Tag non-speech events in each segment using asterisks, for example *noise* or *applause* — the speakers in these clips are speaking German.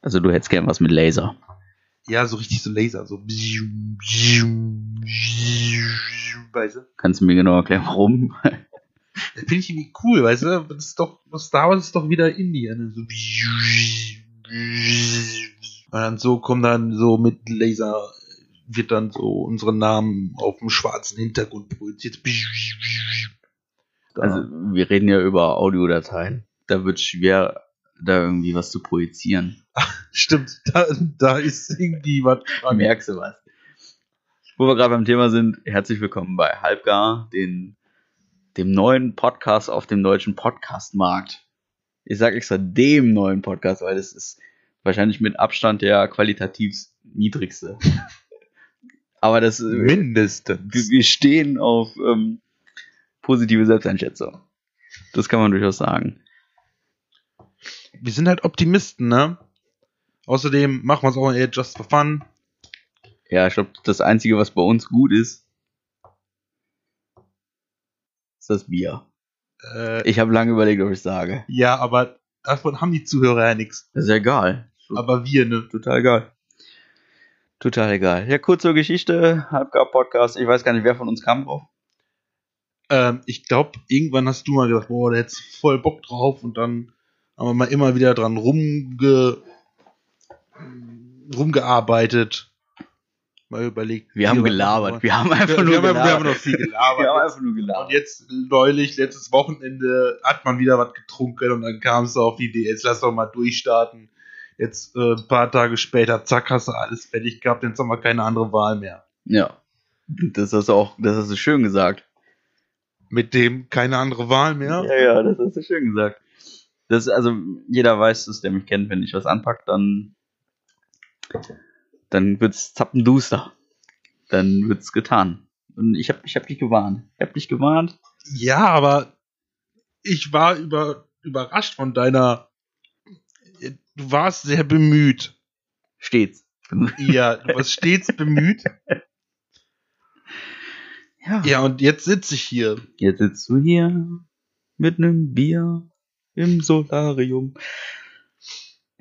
Also du hättest gern was mit Laser. Ja, so richtig so Laser, so. Weißt du? Kannst du mir genau erklären, warum? Das finde ich irgendwie cool, weißt du? Das ist doch, Star Wars ist doch wieder Indie. Ne? So. Und dann so kommen dann so mit Laser, wird dann so unsere Namen auf dem schwarzen Hintergrund projiziert. Da. Also wir reden ja über Audiodateien. Da wird schwer, da irgendwie was zu projizieren. Stimmt, da, da ist irgendwie was. Da merkst du was. Wo wir gerade beim Thema sind, herzlich willkommen bei Halbgar, den, dem neuen Podcast auf dem deutschen Podcastmarkt. Ich sage extra dem neuen Podcast, weil das ist wahrscheinlich mit Abstand der qualitativ niedrigste. Aber das wir, Mindestens. wir stehen auf ähm, positive Selbsteinschätzung. Das kann man durchaus sagen. Wir sind halt Optimisten, ne? Außerdem machen wir es auch eher just for fun. Ja, ich glaube, das Einzige, was bei uns gut ist, ist das Bier. Äh, Ich habe lange überlegt, ob ich sage. ja, aber davon haben die Zuhörer ja nichts. Das ist ja egal. Aber wir, ne? Total egal. Total egal. Ja, kurz zur Geschichte, Halbgar-Podcast. Ich weiß gar nicht, wer von uns kam drauf. Ähm, ich glaube, irgendwann hast du mal gedacht, boah, da hättest du voll Bock drauf und dann haben wir mal immer wieder dran rumge rumgearbeitet. Mal überlegt. Wir haben wie- gelabert. Wir haben einfach wir, nur wir, haben, wir gelabert. haben noch viel Wir haben gelabert. einfach nur und gelabert. jetzt neulich, letztes Wochenende, hat man wieder was getrunken und dann kam es auf die Idee, jetzt lass doch mal durchstarten. Jetzt äh, ein paar Tage später, zack, hast du alles fertig gehabt, jetzt haben wir keine andere Wahl mehr. Ja. Das hast du auch, das hast du schön gesagt. Mit dem keine andere Wahl mehr. ja, das hast du schön gesagt. Das, also, jeder weiß es, der mich kennt, wenn ich was anpacke, dann, dann wird's zappenduster. Dann wird's getan. Und ich hab, ich hab dich gewarnt. Ich hab dich gewarnt. Ja, aber ich war über, überrascht von deiner. Du warst sehr bemüht. Stets. Ja, du warst stets bemüht. *laughs* Ja, und jetzt sitze ich hier. Jetzt sitzt du hier mit einem Bier im Solarium.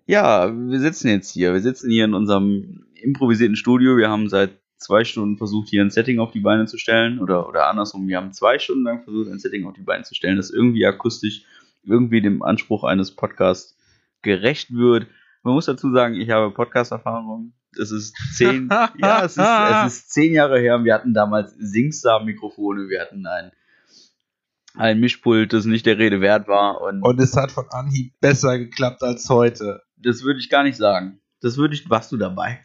Ja, wir sitzen jetzt hier. Wir sitzen hier in unserem improvisierten Studio. Wir haben seit zwei Stunden versucht, hier ein Setting auf die Beine zu stellen. Oder, oder andersrum, wir haben zwei Stunden lang versucht, ein Setting auf die Beine zu stellen, das irgendwie akustisch, irgendwie dem Anspruch eines Podcasts gerecht wird. Man muss dazu sagen, ich habe Podcast-Erfahrung. Es ist zehn, ja, es ist, es ist zehn Jahre her. und Wir hatten damals Singstar-Mikrofone. Wir hatten ein, ein Mischpult, das nicht der Rede wert war. Und Und es hat von Anhieb besser geklappt als heute. das würde ich gar nicht sagen. Das würde ich, warst du dabei?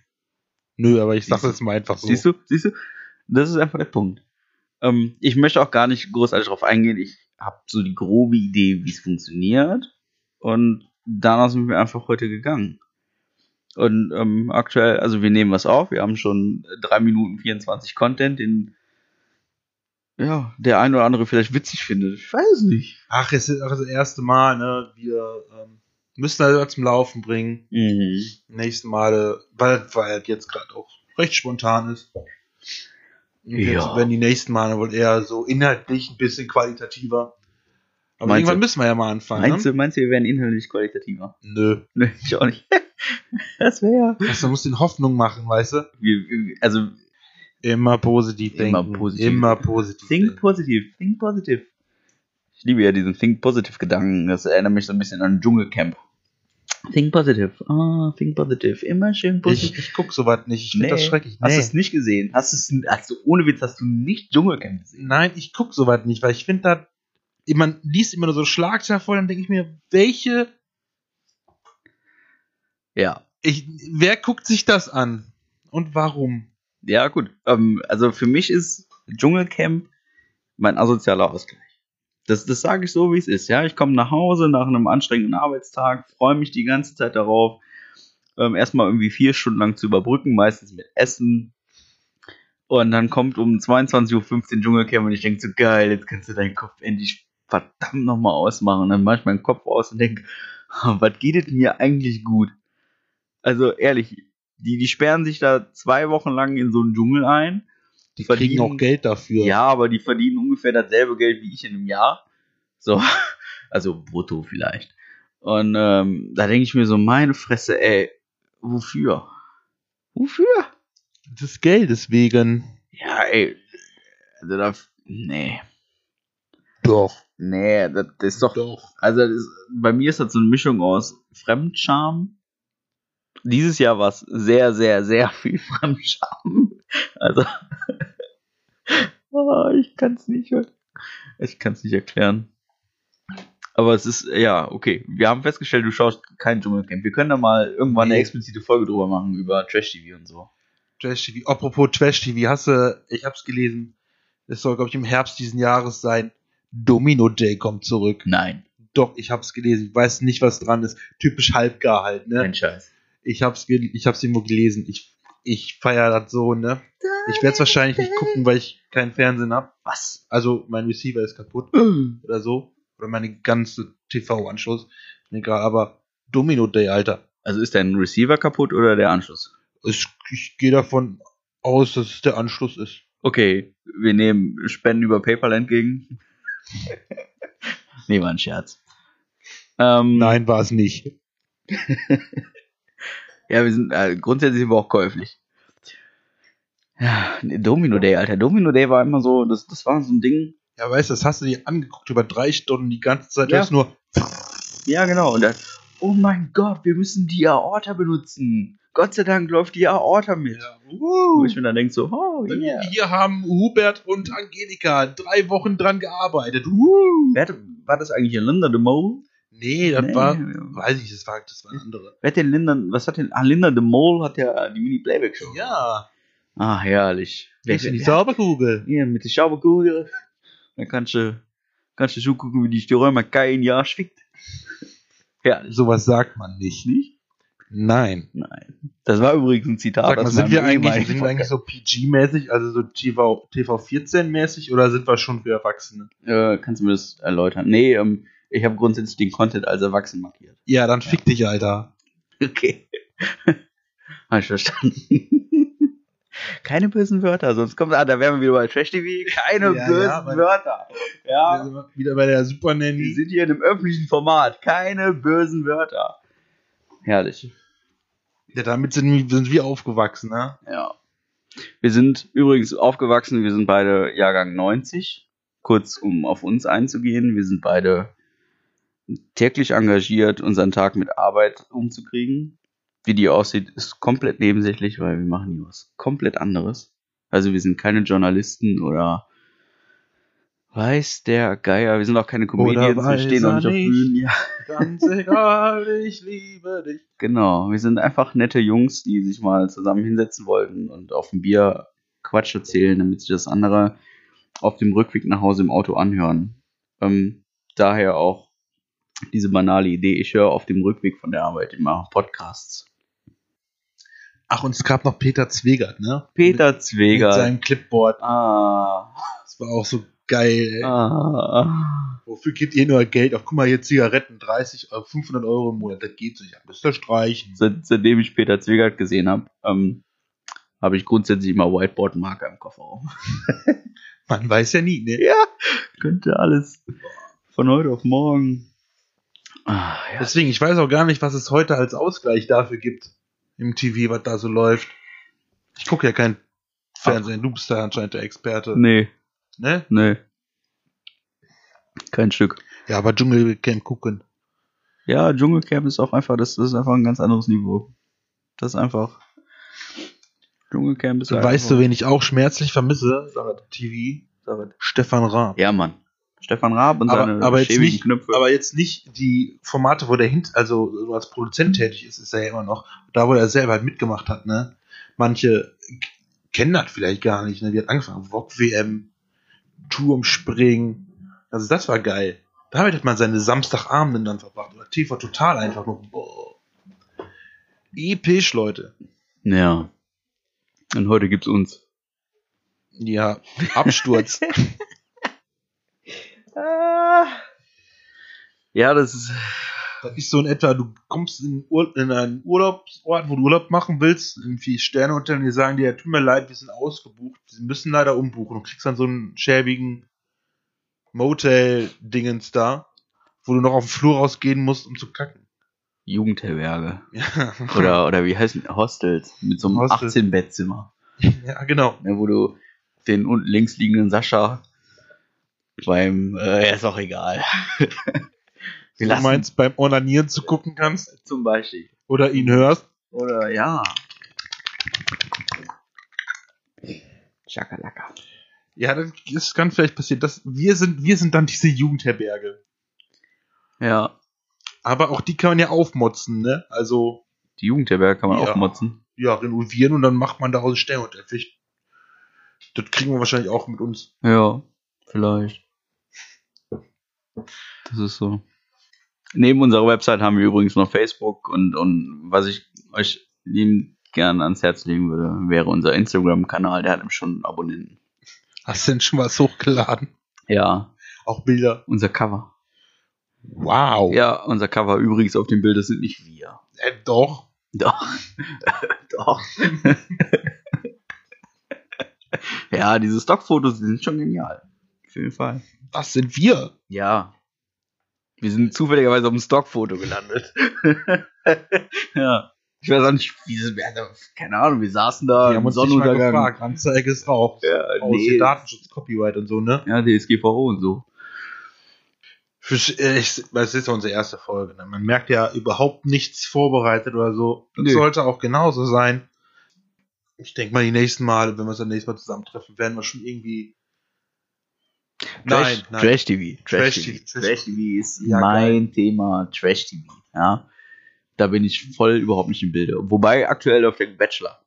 Nö, aber ich sag Siehst du? das mal einfach so. Siehst du, siehst du? Das ist einfach der Punkt. Ähm, ich möchte auch gar nicht großartig drauf eingehen. Ich habe so die grobe Idee, wie es funktioniert. Und danach sind wir einfach heute gegangen. Und ähm, aktuell, also wir nehmen was auf. Wir haben schon 3 Minuten 24 Content, den ja, der ein oder andere vielleicht witzig findet. Ich weiß nicht. Ach, es ist auch das erste Mal, ne? Wir ähm, müssen das halt zum Laufen bringen. Mhm. Nächsten Mal, weil, weil halt jetzt gerade auch recht spontan ist. Und Jetzt, Ja. Wenn die nächsten Male wohl eher so inhaltlich ein bisschen qualitativer. Aber Meinst irgendwann du? müssen wir ja mal anfangen. Meinst ne? du, meinst du, wir werden inhaltlich qualitativer? Nö. Nö, ich auch nicht. *laughs* Das wäre ja. Also, man muss den Hoffnung machen, weißt du? Wir- wir- Also Immer positiv Immer denken. positiv. Immer positiv. Think denken. positive, think positive. Ich liebe ja diesen Think Positive Gedanken. Das erinnert mich so ein bisschen an Dschungelcamp. Think positive. Ah, think positive. Immer schön positiv. Ich, ich guck sowas nicht. Ich finde das schrecklich. Hast Nee. du es nicht gesehen? Hast du es hast du ohne Witz hast du nicht Dschungelcamp gesehen? Nein, ich guck sowas nicht, weil ich finde da, man liest immer nur so Schlagzeilen vor, dann denke ich mir, welche, Ja. ich, wer guckt sich das an? Und warum? Ja, gut. Ähm, also für mich ist Dschungelcamp mein asozialer Ausgleich. Das, das sage ich so, wie es ist. Ja, ich komme nach Hause nach einem anstrengenden Arbeitstag, freue mich die ganze Zeit darauf, ähm, erstmal irgendwie vier Stunden lang zu überbrücken, meistens mit Essen. Und dann kommt um 22.15 Uhr Dschungelcamp und ich denke so, geil, jetzt kannst du deinen Kopf endlich verdammt nochmal ausmachen. Und dann mache ich meinen Kopf aus und denke, *laughs* was geht es mir eigentlich gut? Also ehrlich, die, die sperren sich da zwei Wochen lang in so einen Dschungel ein. Die Verdienen- kriegen auch Geld dafür. Ja, aber die verdienen ungefähr dasselbe Geld wie ich in einem Jahr. So, *laughs* also brutto vielleicht. Und ähm, da denke ich mir so, meine Fresse, ey, Wofür? Wofür? Des Geldes wegen. Ja, ey. Also da, nee. Doch. Nee, das, das ist doch. Doch. Also das ist, bei mir ist das so eine Mischung aus Fremdscham. Dieses Jahr war es sehr, sehr, sehr viel *laughs* Fremdscham. Also. *laughs* Ah, ich kann es nicht. er- Ich kann es nicht erklären. Aber es ist, ja, okay. Wir haben festgestellt, du schaust kein Dschungelcamp. Wir können da mal irgendwann eine Nee. explizite Folge drüber machen, über Trash-TV und so. Trash TV. Apropos Trash TV, hast du, ich hab's gelesen, es soll, glaube ich, im Herbst diesen Jahres sein. Domino J kommt zurück. Nein, Doch, ich hab's gelesen. Ich weiß nicht, was dran ist. Typisch halbgar halt, ne? kein Scheiß. Ich hab's, gel- ich hab's irgendwo gelesen. Ich, ich feier das so, ne? Ich werde es wahrscheinlich nicht gucken, weil ich keinen Fernsehen hab. Was? Also, Also mein Receiver ist kaputt oder so. Oder meine ganze TV-Anschluss. Egal, aber Domino Day, Alter. Also ist dein Receiver kaputt oder der Anschluss? Es, ich gehe davon aus, dass es der Anschluss ist. Okay, wir nehmen Spenden über PayPal entgegen. *laughs* nee, war ein Scherz. Ähm, Nein, war es nicht. Ja, wir sind äh, grundsätzlich sind wir auch käuflich. Ja, nee, Domino Day, Alter. Domino Day war immer so, das, das war so ein Ding. Ja, weißt du, das hast du dir angeguckt über drei Stunden die ganze Zeit. Ja. Ja. nur, Ja, genau. Und dann, oh mein Gott, wir müssen die Aorta benutzen. Gott sei Dank läuft die Aorta mit. Wo ich mir dann denke so, oh yeah. Wir haben Hubert und Angelika drei Wochen dran gearbeitet. Uh. Wer hat, war das eigentlich Linda de Mole? Nee, das Nee, war, ja. weiß ich, das war, das war ein anderer. Wer hat denn Linda, was hat denn, ah, Linda de Mole hat ja äh, die Mini-Playback-Show. Ja, Ah, herrlich. ich in die Zauberkugel. Hier, mit der Schauberkugel. Dann kannst du, kannst du so gucken, wie die Stürmer kein Jahr schickt. *laughs* Herrlich. Sowas sagt man nicht. nicht? Nein. Nein. Das war übrigens ein Zitat. Sag mal, aus sind wir meinem eigentlich, ehemaligen sind wir eigentlich so PG-mäßig, also so TV, TV14-mäßig oder sind wir schon für Erwachsene? Podcast. Äh, kannst du mir das erläutern? Nee, ähm, ich habe grundsätzlich den Content als erwachsen markiert. *laughs* Ja, dann fick dich, Alter. Okay. *laughs* Habe ich verstanden. *laughs* Keine bösen Wörter, sonst kommt, ah, da wären wir wieder bei Trash TV. Keine Ja, ja, bösen aber- Wörter. Wir Ja, sind Wieder bei der Super wir Nanny. sind hier in einem öffentlichen Format. Keine bösen Wörter. Herrlich. Ja, damit sind, wir- sind wir aufgewachsen, ne? Ja. Wir sind übrigens aufgewachsen, wir sind beide Jahrgang 90. Kurz, um auf uns einzugehen, wir sind beide täglich engagiert, unseren Tag mit Arbeit umzukriegen. Wie die aussieht, ist komplett nebensächlich, weil wir machen hier was komplett anderes. Also wir sind keine Journalisten oder weiß der Geier, wir sind auch keine Comedians, wir weiß stehen auch er nicht auf nicht. Bühnen. Ja. Ganz egal, ich liebe dich. Genau, wir sind einfach nette Jungs, die sich mal zusammen hinsetzen wollten und auf dem Bier Quatsch erzählen, damit sich das andere auf dem Rückweg nach Hause im Auto anhören. Ähm, daher auch diese banale Idee, ich höre auf dem Rückweg von der Arbeit immer Podcasts. Ach, und es gab noch Peter Zwegert, ne? Peter mit, mit Zweger. seinem Clipboard. Ah, Das war auch so geil, ey. ah. Wofür gebt ihr nur Geld? Ach, guck mal hier, Zigaretten, 30, äh, 500 Euro im Monat. Das geht so nicht. Ja, Müsst ihr streichen. Seit, seitdem ich Peter Zwegert gesehen habe, ähm, habe ich grundsätzlich immer Whiteboard-Marker im Kofferraum. Man weiß ja nie, ne? Ja, könnte alles von heute auf morgen. Ah, ja. Deswegen, ich weiß auch gar nicht, was es heute als Ausgleich dafür gibt im TV, was da so läuft. Ich gucke ja kein Fernsehen. Du bist da anscheinend der Experte. Nee, Ne? nee. Kein Stück. Ja, aber Dschungelcamp gucken. Ja, Dschungelcamp ist auch einfach, das, das ist einfach ein ganz anderes Niveau. Das ist einfach. Dschungelcamp ist Und weißt du, wen ich auch schmerzlich vermisse? Sag TV. du, Stefan Raab. Ja, Mann. Stefan Raab und Aber- seine aber jetzt schäbigen nicht- Knöpfe. Aber jetzt nicht die Formate, wo der hint, also so als Produzent tätig ist, ist er ja immer noch. Da, wo er selber halt mitgemacht hat, ne? Manche k- kennen das vielleicht gar nicht, ne? Wie hat angefangen? Wok WM, Turmspringen. Also das war geil. Damit hat man seine Samstagabenden dann verbracht. Oder TV total einfach nur. Boah. Episch, Leute. ja. Und heute gibt's uns. Ja, Absturz. Ah. Ja, das ist. Das ist so in etwa, du kommst in, Ur in einen Urlaubsort, wo du Urlaub machen willst, in vier Sterne Hotel und die sagen dir, ja, tut mir leid, wir sind ausgebucht, wir müssen leider umbuchen. Du kriegst dann so einen schäbigen Motel-Dingens da, wo du noch auf den Flur rausgehen musst, um zu kacken. *laughs* Jugendherberge. Ja, Oder, oder wie heißen Hostels mit so einem Hostel. 18-Bettzimmer. *laughs* ja genau. Ne, wo du den unten links liegenden Sascha beim, äh, ja, ist auch *laughs* egal. Wir Du lassen meinst, beim Onanieren zu gucken kannst zum Beispiel. oder ihn hörst. Oder ja. Schakalaka. Ja, das das kann vielleicht passieren. Das, wir, sind, wir sind dann diese Jugendherberge. Ja, Aber auch die kann man ja aufmotzen, ne? Also, die Jugendherberge kann man Ja. auch motzen. ja, renovieren und dann macht man daraus ein Sternenteppich. Das kriegen wir wahrscheinlich auch mit uns. Ja, vielleicht. Das ist so. Neben unserer Website haben wir übrigens noch Facebook und, und was ich euch lieben gern ans Herz legen würde, wäre unser Instagram-Kanal. Der hat nämlich schon Abonnenten. Hast du denn schon was hochgeladen? Ja, Auch Bilder. unser Cover. Wow. Ja. Ja, unser Cover übrigens auf dem Bild, das sind nicht wir. Äh, doch. Doch. Doch. *laughs* ja, diese Stockfotos, die sind schon genial. Auf jeden Fall. Das sind wir. Ja. Wir sind zufälligerweise auf dem Stockfoto gelandet. *laughs* ja. Ich weiß auch nicht, wie das wäre. Keine Ahnung, wir saßen da Wir im haben uns nicht mal Äh, Sonnenuntergang. gefragt. Anzeige ist raus. Ja, Aus nee. dem Datenschutz, Copyright und so, ne? ja, DSGVO und so. Für, äh, ich, das ist ja unsere erste Folge. Ne? Man merkt ja überhaupt nichts vorbereitet oder so. Das Nö. sollte auch genauso sein. Ich denke mal, die nächsten Mal, wenn wir uns das nächste Mal zusammentreffen, werden wir schon irgendwie. Trash, Trash TV. Trash, Trash TV. TV, Trash Trash TV ist Ja, mein Thema. Trash TV. Ja. Da bin ich voll überhaupt nicht im Bilde. Wobei aktuell läuft der Bachelor.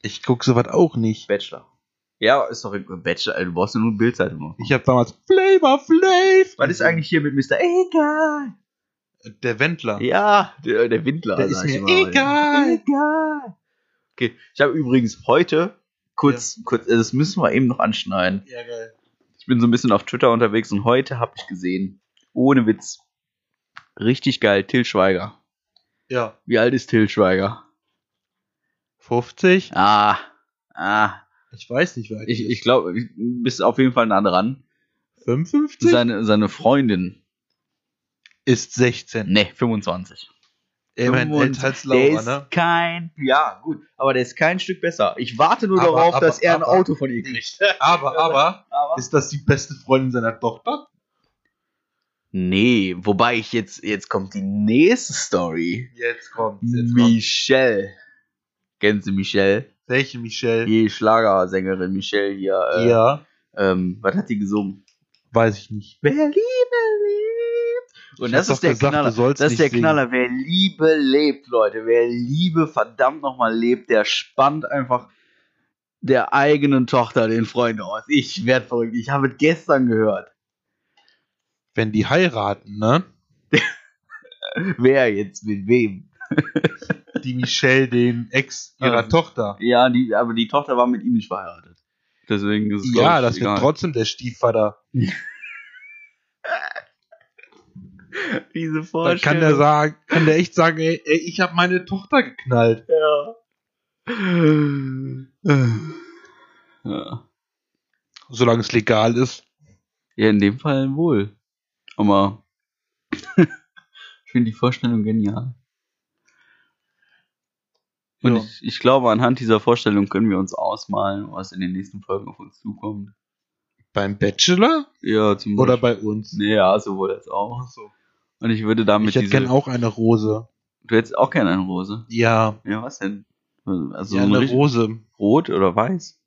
Ich gucke sowas auch nicht. Bachelor. Ja, ist doch ein Bachelor. äh, Du brauchst ja nur eine Bildzeitung. Ich habe damals Flavor Flav. Äh, Was ist eigentlich hier mit Mr. Egal? Der Wendler. Ja, der, der Windler. Der ist sag ich mir mal. egal. Egal. Okay, ich habe übrigens heute kurz, kurz, äh, das müssen wir eben noch anschneiden. Ja, geil. Ich bin so ein bisschen auf Twitter unterwegs und heute habe ich gesehen, ohne Witz, richtig geil, Till Schweiger. Ja. Wie alt ist Till Schweiger? 50? Ah, ah, Ich weiß nicht, wer alt ich, ist. ich glaube, du bist auf jeden Fall nah dran. 55? Seine, seine Freundin, ist 16. ne, 25. Ey, mein Und älter als der Laura, ist ne? kein, ja, gut, aber der ist kein Stück besser. Ich warte nur Aber, darauf, aber, dass er ein aber. Auto von ihr kriegt. *laughs* Aber, aber, Aber ist das die beste Freundin seiner Tochter? Nee, wobei ich jetzt, jetzt kommt die nächste Story. Jetzt kommt's, jetzt kommt's. Michelle. Kennst du Michelle? Welche Michelle? Die Schlagersängerin Michelle hier. Äh, Ja, ähm, was hat die gesungen? weiß ich nicht. Wer Liebe lebt. Und Ich das hab doch ist der gesagt, Knaller. du sollst Das ist nicht der singen. Knaller. Wer Liebe lebt, Leute. Wer Liebe verdammt nochmal lebt, der spannt einfach der eigenen Tochter den Freund aus. Ich werd verrückt. Ich habe es gestern gehört. Wenn die heiraten, ne? Wer jetzt mit wem? Die Michelle, den Ex ihrer Ähm, Tochter. Ja, die, aber die Tochter war mit ihm nicht verheiratet. Deswegen ist es Ja, glaub das ich, wird trotzdem der Stiefvater. Diese Dann Vorstellung. kann der sagen, kann der echt sagen, ey, ey ich habe meine Tochter geknallt. Ja. ja. Solange es legal ist. Ja, in dem Fall wohl. Aber *laughs* ich finde die Vorstellung genial. Und Ja. ich, ich glaube, anhand dieser Vorstellung können wir uns ausmalen, was in den nächsten Folgen auf uns zukommt. Beim Bachelor? Ja, zum Oder Beispiel. bei uns? Ja, sowohl als auch. Ach so. Und ich würde damit Ich hätte diese. gern auch eine Rose. du hättest auch gerne eine Rose. Ja, Ja, was denn? Also ja eine eine richtig- Rose. rot oder weiß?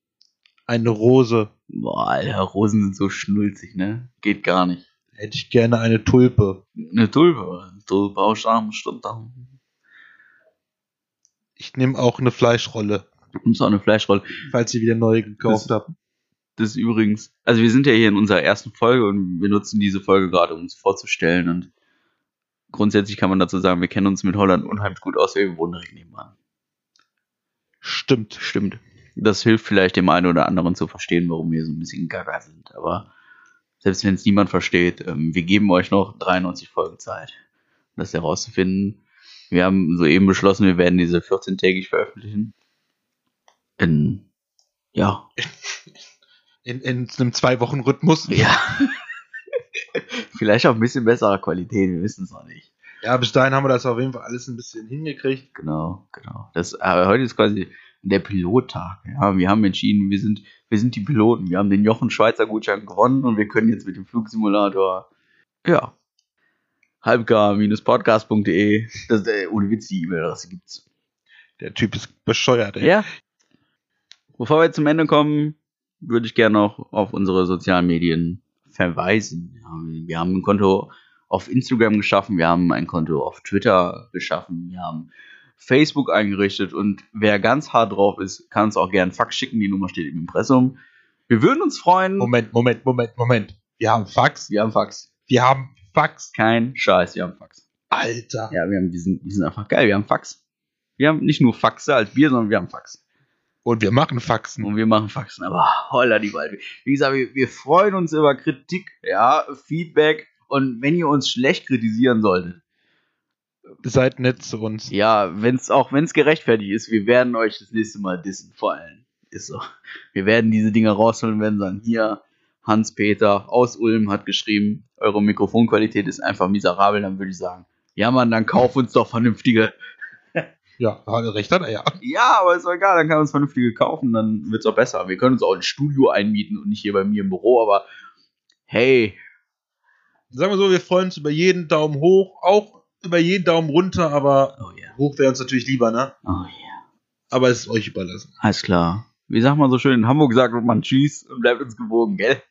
Eine Rose. Boah, Alter, Rosen sind so schnulzig, ne? Geht gar nicht. Hätte ich gerne eine Tulpe. Eine Tulpe. Tulpe aus Arm, Stunde. Ich nehme auch eine Fleischrolle, Nimmst auch eine Fleischrolle. falls ihr wieder neu gekauft Das- habt. Das ist übrigens, also wir sind ja hier in unserer ersten Folge und wir nutzen diese Folge gerade, um uns vorzustellen. Und grundsätzlich kann man dazu sagen, wir kennen uns mit Holland unheimlich gut aus, weil wir wohnen direkt nebenan. Stimmt. Stimmt. Das hilft vielleicht dem einen oder anderen zu verstehen, warum wir so ein bisschen gaga sind. Aber selbst wenn es niemand versteht, ähm, wir geben euch noch 93 Folgen Zeit, um das herauszufinden. Wir haben soeben beschlossen, wir werden diese 14-tägig veröffentlichen. In, ja, In, in *laughs* einem Zwei-Wochen-Rhythmus. Ja. Vielleicht auch ein bisschen bessere Qualität, wir wissen es noch nicht. Ja, bis dahin haben wir das auf jeden Fall alles ein bisschen hingekriegt. Genau, genau. Das, aber heute ist quasi der Pilottag. Ja, wir haben entschieden, wir sind, wir sind die Piloten. Wir haben den Jochen Schweizer Gutschein gewonnen und wir können jetzt mit dem Flugsimulator, ja, halbgar-podcast.de, das ist äh, ohne Witz die E-Mail-Adresse gibt's. Der Typ ist bescheuert, ey. Ja. *laughs* Bevor wir zum Ende kommen, würde ich gerne noch auf unsere sozialen Medien verweisen. Ja, Wir haben ein Konto auf Instagram geschaffen, wir haben ein Konto auf Twitter geschaffen, wir haben Facebook eingerichtet und wer ganz hart drauf ist, kann uns auch gerne einen Fax schicken. Die Nummer steht im Impressum. Wir würden uns freuen. Moment, Moment, Moment, Moment. Wir haben Fax. Wir haben Fax. Wir haben Fax. Kein Scheiß, wir haben Fax. Alter. Ja, wir, haben, wir, sind, wir sind einfach geil, wir haben Fax. Wir haben nicht nur Faxe als Bier, sondern wir haben Fax. Und wir machen Faxen. Und wir machen Faxen, aber holla die Waldfee. Wie gesagt, wir, wir freuen uns über Kritik, ja, Feedback und wenn ihr uns schlecht kritisieren solltet. Seid nett zu uns. Ja, wenn's auch wenn es gerechtfertigt ist, wir werden euch das nächste Mal dissen, vor allem. Ist so. Wir werden diese Dinger rausholen und werden sagen, hier, Hans-Peter aus Ulm hat geschrieben, eure Mikrofonqualität ist einfach miserabel, dann würde ich sagen, ja Mann, dann kauf uns doch vernünftige. Ja, hat er recht hat er ja. Ja, aber ist doch egal, dann kann man uns vernünftige kaufen, dann wird's auch besser. Wir können uns auch ein Studio einmieten und nicht hier bei mir im Büro, aber hey, Sagen wir so, wir freuen uns über jeden Daumen hoch, auch über jeden Daumen runter, aber oh ja, hoch wäre uns natürlich lieber, ne? oh ja. Aber es ist euch überlassen. Alles klar. Wie sagt man so schön in Hamburg, sagt man Tschüss und bleibt uns gewogen, gell?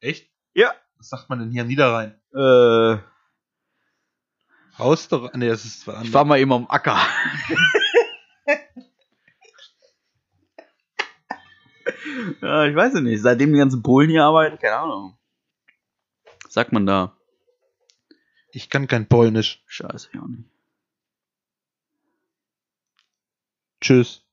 Echt? Ja. Was sagt man denn hier am Niederrhein? Äh, Haus doch. Nee, das ist was ich anderes. war mal eben am Acker. *laughs* ja, ich weiß es nicht. Seitdem die ganzen Polen hier arbeiten, keine Ahnung. Was Sagt man da. Ich kann kein Polnisch. Scheiße, ich auch nicht. Tschüss.